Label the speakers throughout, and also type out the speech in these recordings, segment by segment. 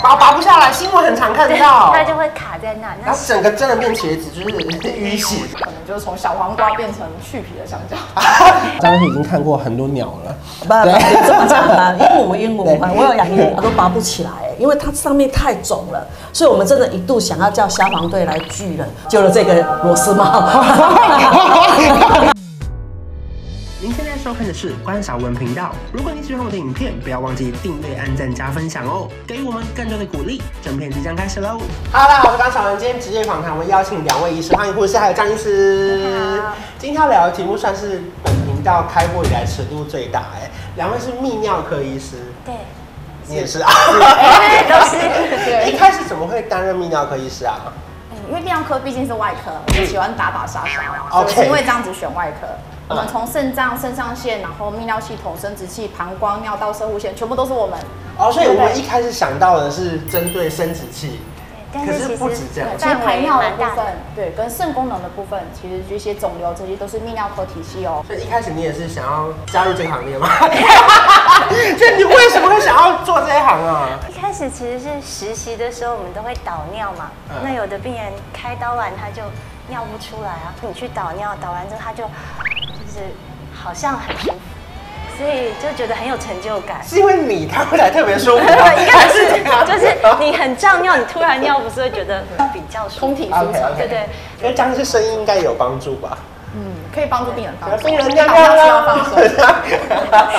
Speaker 1: 拔拔不下来，新闻很常看到，
Speaker 2: 它就会卡在那。
Speaker 1: 然
Speaker 2: 那
Speaker 1: 后整个真的变茄子，就是淤血。
Speaker 3: 可能就是从小黄瓜变成去皮的香蕉。
Speaker 1: 张是已经看过很多鸟了，
Speaker 4: 不呃不，别这么讲 啊吧，鹦鹉鹦鹉，我有养鹦鹉，它都拔不起来，因为它上面太肿了，所以我们真的一度想要叫消防队来锯了，救了这个螺丝帽。
Speaker 1: 您现在收看的是关少文频道。如果你喜欢我的影片，不要忘记订阅、按赞、加分享哦，给予我们更多的鼓励。整片即将开始喽！哈喽，大家好，我是关少文。今天职业访谈，我们邀请两位医师，欢迎护士还有张医师
Speaker 2: 好。
Speaker 1: 今天要聊的题目算是本频道开播以来尺度最大哎、两位是泌尿科医师，
Speaker 2: 对，
Speaker 1: 你也是啊，
Speaker 2: 哎都是
Speaker 1: 一开始怎么会担任泌尿科医师啊？
Speaker 3: 嗯因为泌尿科毕竟是外科，我们喜欢打打杀杀，所
Speaker 1: 嗯 OK
Speaker 3: 以是因为这样子选外科。我们
Speaker 1: 嗯
Speaker 3: 从肾脏、肾上腺，然后泌尿系统、生殖器、膀胱、尿道、射护腺，全部都是我们。
Speaker 1: 哦，所以我们一开始想到的是针对生殖器，
Speaker 2: 但
Speaker 1: 可
Speaker 2: 是
Speaker 1: 是
Speaker 2: 其
Speaker 1: 不
Speaker 2: 实
Speaker 1: 止这样
Speaker 3: 其实
Speaker 2: 范
Speaker 3: 排
Speaker 2: 围
Speaker 3: 尿的
Speaker 2: 蛮
Speaker 3: 部
Speaker 2: 大
Speaker 3: 分
Speaker 2: 的。，
Speaker 3: 对，跟肾功能的部分，其实一些肿瘤这些都是泌尿科体系哦。
Speaker 1: 所以一开始你也是想要加入这个行 列吗？这你为什么会想要做这一行啊？
Speaker 2: 一开始其实是实习的时候，我们都会导尿嘛。
Speaker 1: 嗯
Speaker 2: 那有的病人开刀完他就尿不出来啊，你去导尿，导完之后他就就是好像很舒服，所以就觉得很有成就感。
Speaker 1: 是因为你开会来特别舒服吗，
Speaker 2: 应该
Speaker 1: 还
Speaker 2: 不是
Speaker 1: 这样，
Speaker 2: 就是你很胀尿，你突然尿不是会觉得比较舒服？
Speaker 3: 通体舒畅
Speaker 1: OK，OK
Speaker 2: 对对，
Speaker 1: 因为张医师声音应该有帮助吧？
Speaker 3: 嗯，可以帮助病人
Speaker 2: 哦
Speaker 3: 放松，
Speaker 1: 病人尿
Speaker 3: 导
Speaker 1: 尿啊
Speaker 3: 需要放松。
Speaker 1: 啦。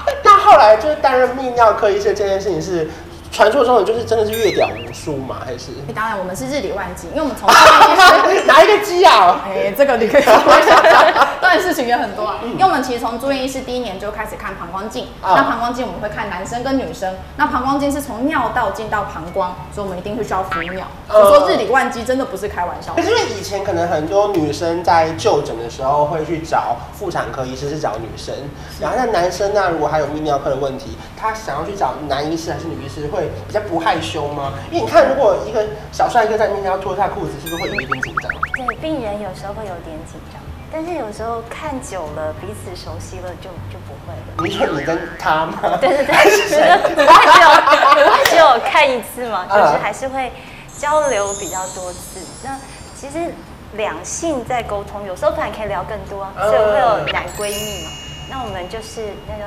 Speaker 1: 那后来就是担任泌尿科医生这件事情是。传说中的就是真的是月屌无数吗？还 是
Speaker 3: 当然，我们是日理万机，因为我们从中医师
Speaker 1: 哪一个鸡啊？
Speaker 3: 哎，这个你可 以说一下，当然事情也很多啊。因为我们其实从住院医师第一年就开始看膀胱镜，
Speaker 1: 啊
Speaker 3: 那膀胱镜我们会看男生跟女生，那膀胱镜是从尿道进到膀胱，所以我们一定会需要敷尿。所以说日理万机真的不是开玩笑
Speaker 1: 可。是因为以前可能很多女生在就诊的时候会去找妇产科医师，是找女生。然后那男生那如果还有泌尿科的问题，他想要去找男医师还是女医师，会比较不害羞吗？因为你看，如果一个小帅哥在面前要脱下裤子，是不是会有一点紧张？
Speaker 2: 对，病人有时候会有点紧张，但是有时候看久了，彼此熟悉了就就不会了。
Speaker 1: 你说你跟他吗？
Speaker 2: 对对 对，只有不会只有不会只有看一次嘛，
Speaker 1: 嗯
Speaker 2: 就是还是会交流比较多次。那其实两性在沟通，有时候反而可以聊更多啊，
Speaker 1: 嗯
Speaker 2: 所以会有男闺蜜嘛。那我们就是那个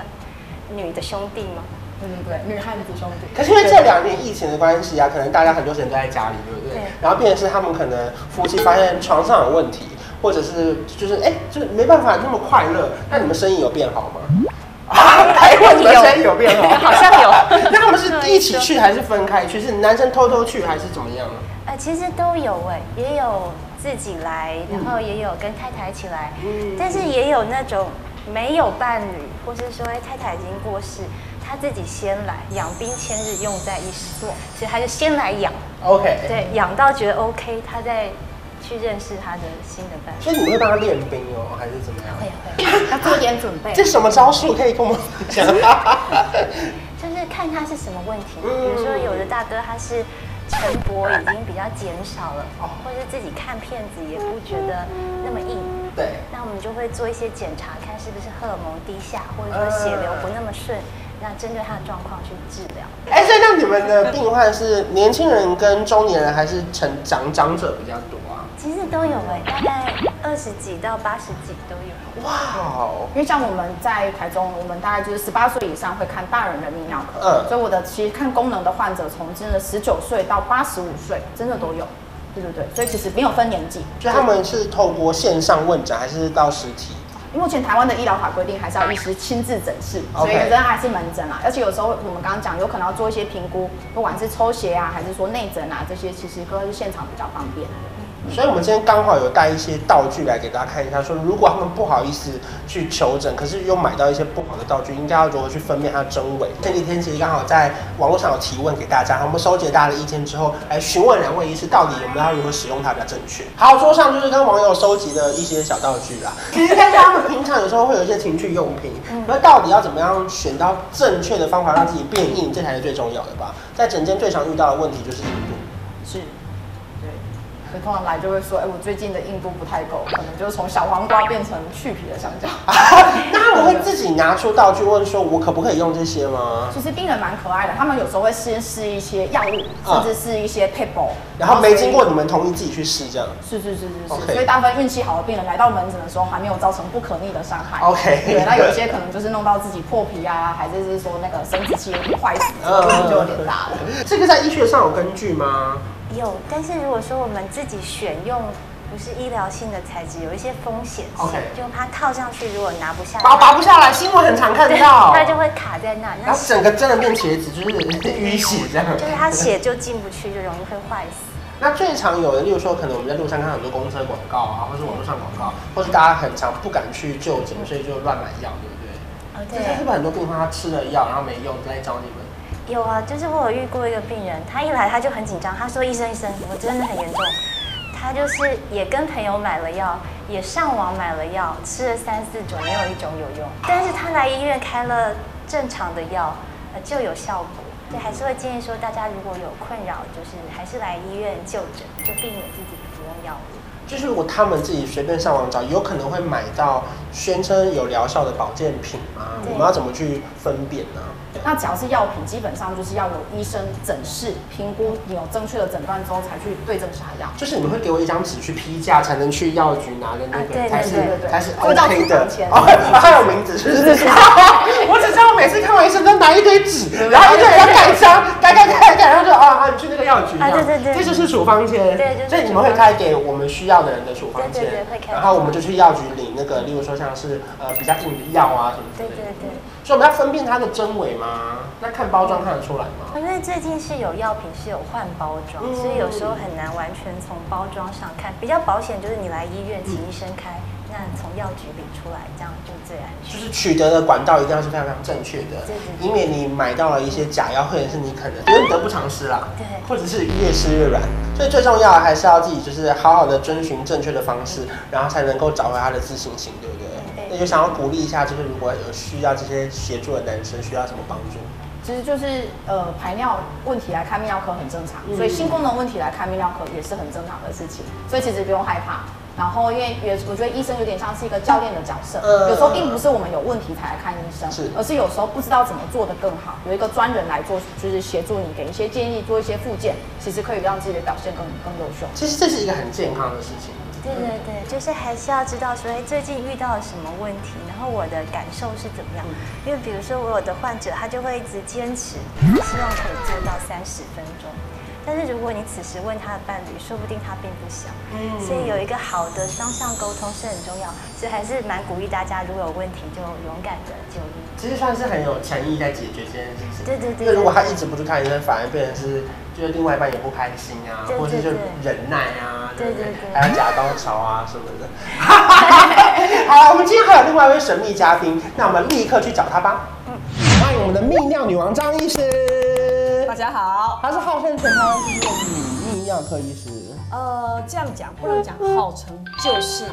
Speaker 2: 女的兄弟嘛，
Speaker 3: 对嗯对对，女汉子兄弟。
Speaker 1: 可是因为这两年疫情的关系啊，可能大家很多时间都在家里，对不对？
Speaker 2: 对
Speaker 1: 然后变成是他们可能夫妻发现床上有问题，或者是就是哎、就是没办法那么快乐。那你们生意有变 好吗？啊，台湾你们生意有变好？
Speaker 2: 好像 有
Speaker 1: 那他们是一起去还是分开去？是男生偷偷去还是怎么样啊？
Speaker 2: 呃，其实都有哎、也有自己来，然后也有跟太太一起来，
Speaker 1: 嗯
Speaker 2: 但是也有那种没有伴侣，或是说哎太太已经过世，他自己先来，养兵千日，用在一时，所以他就先来养，
Speaker 1: ？OK，。
Speaker 2: 对，养到觉得 OK，他再去认识他的新的伴侣。
Speaker 1: 所以你们会帮他练兵哦，还是怎么样？
Speaker 2: 会啊会啊，
Speaker 3: 要做点准备
Speaker 1: 这。什么招数可以跟我们分享？
Speaker 2: 就是看他是什么问题，比
Speaker 1: 嗯
Speaker 2: 如说有的大哥他是晨勃已经比较减少了，或者是自己看片子也不觉得那么硬。
Speaker 1: 对，
Speaker 2: 那我们就会做一些检查，看是不是荷尔蒙低下，或者说血流不那么顺，那针对他的状况去治疗。
Speaker 1: 哎、所以那你们的病患是年轻人跟中年人，还是成长长者比较多啊？
Speaker 2: 其实都有哎、大概二十几到八十几都有。
Speaker 1: 哇哦！
Speaker 3: 因为像我们在台中，我们大概就是十八岁以上会看大人的泌尿科，
Speaker 1: 嗯
Speaker 3: 所以我的其实看功能的患者，从真的十九岁到八十五岁，真的都有，对对对，所以其实没有分年纪，
Speaker 1: 所以他们是透过线上问诊，还是到实体？
Speaker 3: 因为目前台湾的医疗法规定还是要医师亲自诊视，所以
Speaker 1: OK
Speaker 3: 有的还是门诊啦。而且有时候我们刚刚讲，有可能要做一些评估，不管是抽血啊，还是说内诊啊，这些其实都是现场比较方便。
Speaker 1: 嗯所以我们今天刚好有带一些道具来给大家看一下，说如果他们不好意思去求诊，可是又买到一些不好的道具，应该要如何去分辨它的真伪？前几天其实刚好在网络上有提问给大家，我们收集了大家的意见之后，来询问两位医师到底我们要如何使用它比较正确。好，桌上就是跟网友收集的一些小道具啦。啊其实但是他们平常有时候会有一些情趣用品，那到底要怎么样选到正确的方法让自己变硬，这才是最重要的吧？在诊间最常遇到的问题就是硬度。
Speaker 3: 是，所以通常来就会说，哎、我最近的硬度不太够，可能就是从小黄瓜变成去皮的香 蕉。
Speaker 1: 那我会自己拿出道具问说，我可不可以用这些吗？
Speaker 3: 其实病人蛮可爱的，他们有时候会先试一些药物，
Speaker 1: 嗯
Speaker 3: 甚至是一些 p a p e r
Speaker 1: 然后没经过你们同意自己去试这样。
Speaker 3: 是是是是
Speaker 1: OK
Speaker 3: 是，所以大部分运气好的病人来到门诊的时候还没有造成不可逆的伤害。
Speaker 1: OK
Speaker 3: 对，那有一些可能就是弄到自己破皮啊，还是是说那个生殖器坏死，
Speaker 1: 嗯
Speaker 3: 就有点大了。
Speaker 1: 这个在医学上有根据吗？
Speaker 2: 有，但是如果说我们自己选用不是医疗性的材质，有一些风险性
Speaker 1: OK
Speaker 2: 就它套上去如果拿不下来，
Speaker 1: 拔拔不下来，新闻很常看
Speaker 2: 对
Speaker 1: 到。
Speaker 2: 它就会卡在那，那
Speaker 1: 然后整个真的变茄子，就是 淤血这样。
Speaker 2: 就是它血就进不去，就容易会坏死。
Speaker 1: 那最常有的，例如说，可能我们在路上看到很多公车广告啊，或是网络上广告，或是大家很常不敢去就诊，所以就乱买药，对不对？
Speaker 2: 哦，
Speaker 1: 这是不是很多病患他吃了药然后没用，再来找你们？
Speaker 2: 有啊，就是我有遇过一个病人，他一来他就很紧张，他说：“医生，医生，我真的很严重。”他就是也跟朋友买了药，也上网买了药，吃了三四种，没有一种有用。但是他来医院开了正常的药，呃，就有效果。对，还是会建议说，大家如果有困扰，就是还是来医院就诊，就避免自己服用药物。
Speaker 1: 就是如果他们自己随便上网找，有可能会买到宣称有疗效的保健品吗？
Speaker 2: 对
Speaker 1: 我们要怎么去分辨呢？
Speaker 3: 那只要是药品，基本上就是要有医生诊视评估，你有正确的诊断之后才去对症下药。
Speaker 1: 就是你们会给我一张纸去批价，才能去药局拿的那
Speaker 2: 啊对
Speaker 1: 个，
Speaker 2: 对
Speaker 1: 才是
Speaker 2: 对
Speaker 3: 对对
Speaker 1: 才是
Speaker 3: 这叫
Speaker 1: OK
Speaker 3: 处
Speaker 1: 的
Speaker 3: 方签。
Speaker 1: 哦，还有名字是不 是？我只知道我每次看完医生都拿一堆纸，然后一堆人要盖章，盖盖盖盖，然后就啊啊，你去那个药局这样。
Speaker 2: 啊对对对
Speaker 1: 这就是处方签。
Speaker 2: 对就是
Speaker 1: 所以你们会开给我们需要的人的处方签，
Speaker 2: 对对对会开
Speaker 1: 然后我们就去药局领那个，例如说像是呃比较硬的药啊什么之
Speaker 2: 对
Speaker 1: 类的。
Speaker 2: 对对。
Speaker 1: 所以我们要分辨它的真伪吗？那看包装看得出来吗？
Speaker 2: 因为最近是有药品是有换包装，
Speaker 1: 嗯
Speaker 2: 所以有时候很难完全从包装上看。比较保险就是你来医院请医生开，那从药局里出来，这样就最安全。
Speaker 1: 就是取得的管道一定要是非常非常正确的
Speaker 2: 对对，对
Speaker 1: 以免你买到了一些假药，或者是你可能因为得不偿失啦，
Speaker 2: 对
Speaker 1: 或者是越吃越软。所以最重要的还是要自己就是好好的遵循正确的方式，然后才能够找回他的自信心，对不对？
Speaker 2: 对
Speaker 1: 那就想要鼓励一下，就是如果有需要这些协助的男生，需要什么帮助？
Speaker 3: 其实就是呃排尿问题来看泌尿科很正常，所以性功能问题来看泌尿科也是很正常的事情，所以其实不用害怕。然后因为也我觉得医生有点像是一个教练的角色，
Speaker 1: 嗯
Speaker 3: 有时候并不是我们有问题才来看医生，
Speaker 1: 是
Speaker 3: 而是有时候不知道怎么做得更好，有一个专人来做，就是协助你给一些建议，做一些复健，其实可以让自己的表现更更优秀。
Speaker 1: 其实这是一个很健康的事情。
Speaker 2: 对对对，就是还是要知道说，哎，最近遇到了什么问题，然后我的感受是怎么样。因为比如说我有的患者，他就会一直坚持，他希望可以做到三十分钟。但是如果你此时问他的伴侣，说不定他并不想。所以有一个好的双向沟通是很重要，所以还是蛮鼓励大家，如果有问题就勇敢的就医。
Speaker 1: 其实算是很有诚意在解决这件事情。
Speaker 2: 对对对
Speaker 1: 因为如果他一直不去看医生，反而变成是就是另外一半也不开心啊，
Speaker 2: 对对
Speaker 1: 或者是就
Speaker 2: 对
Speaker 1: 忍耐啊，
Speaker 2: 对
Speaker 1: 不
Speaker 2: 对对
Speaker 1: 还有假高潮啊什么 的。好了，我们今天还有另外一位神秘嘉宾，那我们立刻去找他吧。欢迎我们的泌尿女王张医师
Speaker 4: 大，家好，
Speaker 1: 她是号称全台湾第一位女泌尿科医师。
Speaker 4: 呃，这样讲不能讲号称就是，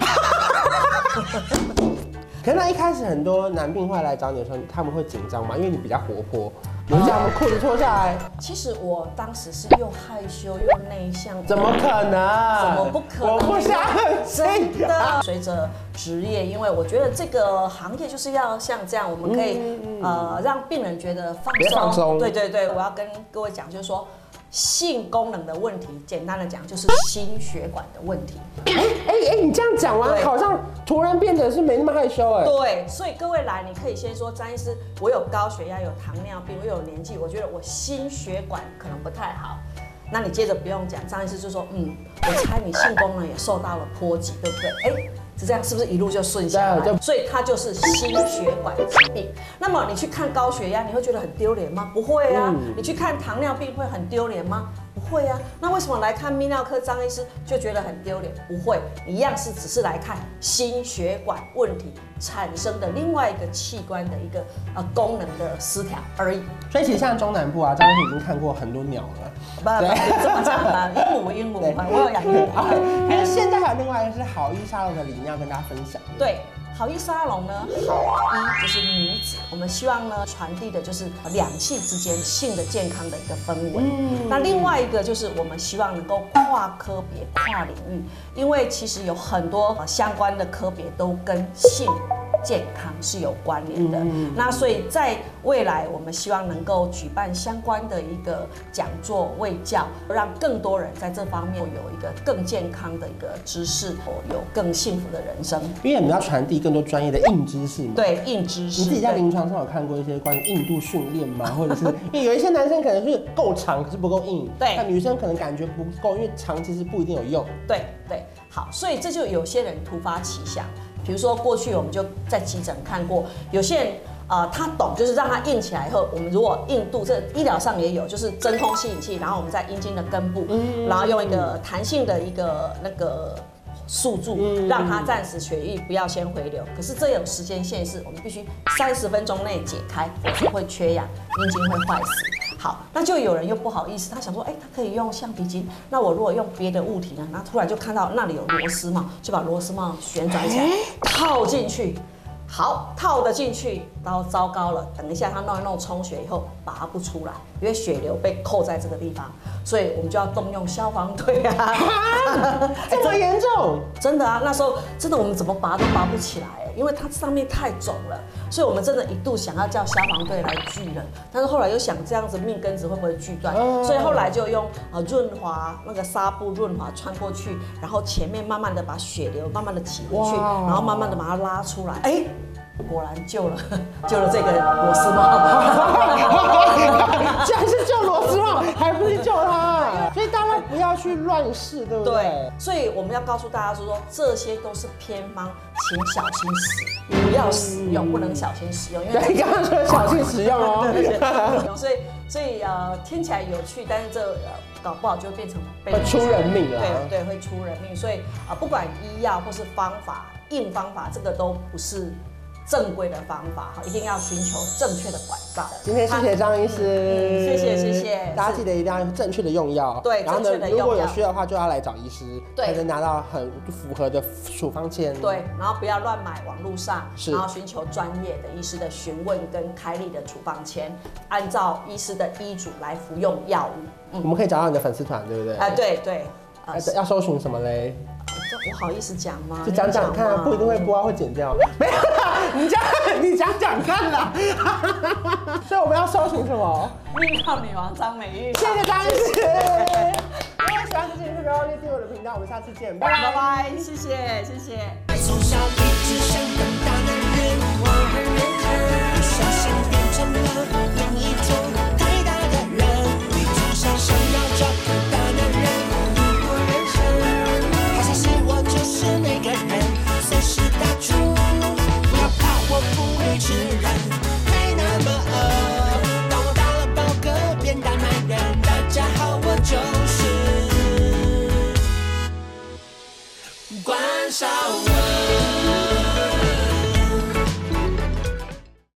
Speaker 1: 可是那一开始很多男病患来找你的时候，他们会紧张吗？因为你比较活泼，你会叫他们裤子脱下来，
Speaker 4: 其实我当时是又害羞又内向，
Speaker 1: 怎么可能？
Speaker 4: 怎么啊不可能？哎
Speaker 1: 我不相信
Speaker 4: 真。的。随着职业，因为我觉得这个行业就是要像这样，我们可以、呃让病人觉得放
Speaker 1: 别
Speaker 4: 松。
Speaker 1: 放松
Speaker 4: 对对对，我要跟各位讲，就是说。性功能的问题，简单的讲就是心血管的问题。
Speaker 1: 哎哎，你这样讲完，
Speaker 4: 对
Speaker 1: 好像突然变得是没那么害羞哎。
Speaker 4: 对，所以各位来，你可以先说张医师，我有高血压，有糖尿病，我有年纪，我觉得我心血管可能不太好。那你接着不用讲，张医师就说，嗯，我猜你性功能也受到了波及，对不对？哎，是这样，是不是一路就顺下
Speaker 1: 对
Speaker 4: 来
Speaker 1: 就？
Speaker 4: 所以它就是心血管疾病。那么你去看高血压，你会觉得很丢脸吗？不会啊。
Speaker 1: 嗯
Speaker 4: 你去看糖尿病会很丢脸吗？不会啊。那为什么来看泌尿科张医师就觉得很丢脸？不会，一样是只是来看心血管问题产生的另外一个器官的一个呃功能的失调而已。
Speaker 1: 所以其实像中南部啊，张医师已经看过很多鸟了。
Speaker 4: 不不，这呃么简 单，鹦鹉鹦鹉，我有养鹦鹉。
Speaker 1: 哎
Speaker 4: 哎
Speaker 1: 但是现在还有另外一个是好意沙龙的理念要跟大家分享。
Speaker 4: 对，好意沙龙呢，好一就是女子，我们希望呢传递的就是两性之间性的健康的一个氛围。那另外一个就是我们希望能够跨科别、跨领域，因为其实有很多呃相关的科别都跟性。健康是有关联的，那所以在未来，我们希望能够举办相关的一个讲座、卫教，让更多人在这方面有一个更健康的一个知识，有更幸福的人生。
Speaker 1: 因为你们要传递更多专业的硬知识嘛。
Speaker 4: 对，硬知识。
Speaker 1: 你自己在
Speaker 4: 对
Speaker 1: 临床上有看过一些关于硬度训练吗？或者是因为有一些男生可能是够长，可是不够硬，
Speaker 4: 对
Speaker 1: 那女生可能感觉不够，因为长其实不一定有用。
Speaker 4: 对对，好，所以这就有些人突发奇想，比如说过去我们就在急诊看过，有些人。呃，他懂，就是让他硬起来以后，我们如果硬度，这医疗上也有，就是真空吸引器，然后我们在阴茎的根部，
Speaker 1: 嗯
Speaker 4: 然后用一个弹性的一个那个束柱，
Speaker 1: 嗯
Speaker 4: 让它暂时血液不要先回流。可是这有时间限制，我们必须三十分钟内解开，否则会缺氧，阴茎会坏死。好，那就有人又不好意思，他想说，哎、他可以用橡皮筋，那我如果用别的物体呢？然后突然就看到那里有螺丝帽，就把螺丝帽旋转起来，套进去。好，套得进去，然后糟糕了，等一下他弄一弄充血以后拔不出来，因为血流被扣在这个地方，所以我们就要动用消防队啊。
Speaker 1: 这么严重？
Speaker 4: 真的啊，那时候真的我们怎么拔都拔不起来，因为它上面太肿了，所以我们真的一度想要叫消防队来锯人，但是后来又想这样子命根子会不会锯断，
Speaker 1: 嗯
Speaker 4: 所以后来就用呃润滑那个纱布润滑穿过去，然后前面慢慢的把血流慢慢的挤回去，
Speaker 1: 哇
Speaker 4: 然后慢慢的把它拉出来，哎、果然救了 救了这个螺丝帽。
Speaker 1: 竟然是救螺丝帽，还不是救他？所以大家不要去乱试，对不对？
Speaker 4: 对，所以我们要告诉大家说，这些都是偏方，请小心使，不要使用，不能小心使用，因为
Speaker 1: 对，刚刚说小心使用
Speaker 4: 对对
Speaker 1: 哦。
Speaker 4: 对所以所以呃，听起来有趣，但是这、呃、搞不好就变成被
Speaker 1: 会出人命啊
Speaker 4: 对对，会出人命。所以啊、呃不管医药或是方法，硬方法这个都不是正规的方法，哈，一定要寻求正确的管道。
Speaker 1: 今天谢谢张医师，
Speaker 4: 嗯谢谢谢谢
Speaker 1: 大家记得一定要正确的用药，
Speaker 4: 对
Speaker 1: 然后呢
Speaker 4: 正确，地
Speaker 1: 如
Speaker 4: 用药
Speaker 1: 果有需要的话就要来找医师，
Speaker 4: 对
Speaker 1: 才能拿到很符合的处方签。
Speaker 4: 对，然后不要乱买网络上，
Speaker 1: 是
Speaker 4: 然后寻求专业的医师的询问跟开立的处方签，按照医师的医嘱来服用药物。嗯，
Speaker 1: 我们可以找到你的粉丝团，对不对？
Speaker 4: 啊、对对，呃，
Speaker 1: 哎要搜寻什么嘞？
Speaker 4: 这我好意思讲吗？
Speaker 1: 就讲讲看啊，
Speaker 4: 吗
Speaker 1: 不一定 会播啊，会剪掉。 没有啦，你讲你讲讲看啦。 所以我们要搜寻什么？
Speaker 4: 泌尿女王张美玉，
Speaker 1: 谢谢张医 师。如果喜欢这期影片，不要忘记订阅我的频道。我们下次见，拜拜。
Speaker 4: 拜拜，谢谢谢谢。
Speaker 5: 从小一直想当大男人，不小心变成了另一种太大的人。你从小想要找个大男人，好相信我就是那个人，随时打住，哪怕我不会吃人，没那么饿。当我打了饱嗝变大男人，大家好，我就是关少文。